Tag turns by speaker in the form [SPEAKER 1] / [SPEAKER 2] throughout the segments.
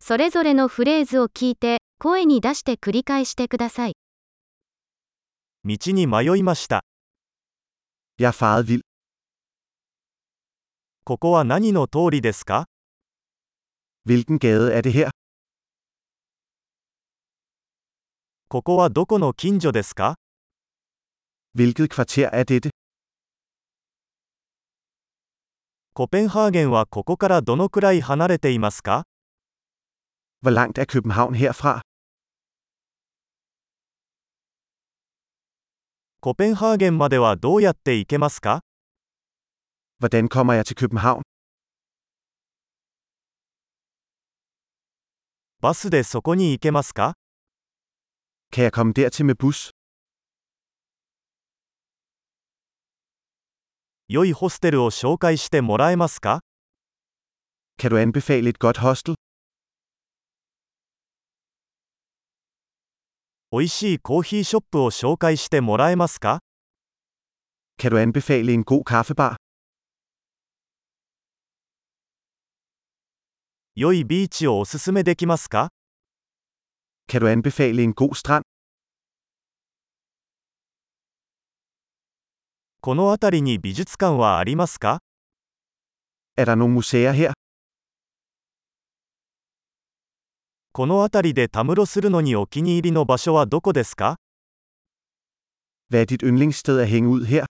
[SPEAKER 1] それぞれのフレーズを聞いて、声に出して繰り返してください。
[SPEAKER 2] 道に迷いました。
[SPEAKER 3] Jeg farede vild.
[SPEAKER 2] ここは何の通りですか
[SPEAKER 3] Hvilken gade er det her?
[SPEAKER 2] ここはどこの近所ですか
[SPEAKER 3] Hvilket kvarter er dette?
[SPEAKER 2] コペンハーゲンはここからどのくらい離れていますか
[SPEAKER 3] Hvor langt er København herfra?
[SPEAKER 2] コペンハーゲンまではどうやって行けますか
[SPEAKER 3] Hvordan kommer jeg til København?
[SPEAKER 2] バスでそこに行けますか
[SPEAKER 3] Kan jeg komme dertil med bus?
[SPEAKER 2] 良いホステルを紹介してもらえますか
[SPEAKER 3] Kan du anbefale et godt hostel?
[SPEAKER 2] 美味しいコーヒーショップを紹介してもらえますか
[SPEAKER 3] Kan du anbefale en god kaffebar?
[SPEAKER 2] 良いビーチをおすすめできますか
[SPEAKER 3] Kan du anbefale en god strand?
[SPEAKER 2] この辺りに美術館はありますか
[SPEAKER 3] Er der nogle museer her?
[SPEAKER 2] この辺りでたむろするのにお気に入りの場所はどこですか
[SPEAKER 3] Hvad er dit yndlingssted at hænge ud her?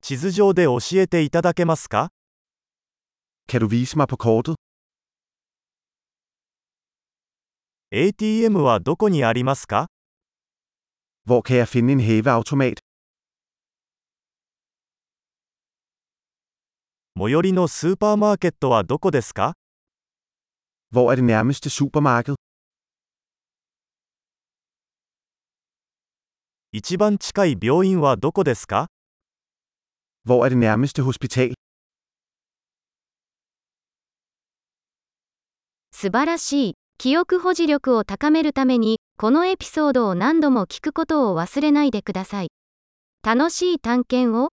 [SPEAKER 2] 地図上で教えていただけますか
[SPEAKER 3] Kan du vise mig på kortet?
[SPEAKER 2] ATM はどこにありますか
[SPEAKER 3] Hvor kan jeg finde en hæveautomat?
[SPEAKER 2] 最寄りのスーパーマーケットはどこですか
[SPEAKER 3] Hvor er det nærmeste supermarked?
[SPEAKER 2] 一番近い病院はどこですか
[SPEAKER 3] Hvor er det nærmeste hospital?
[SPEAKER 1] 素晴らしい。記憶保持力を高めるために、このエピソードを何度も聞くことを忘れないでください。楽しい探検を。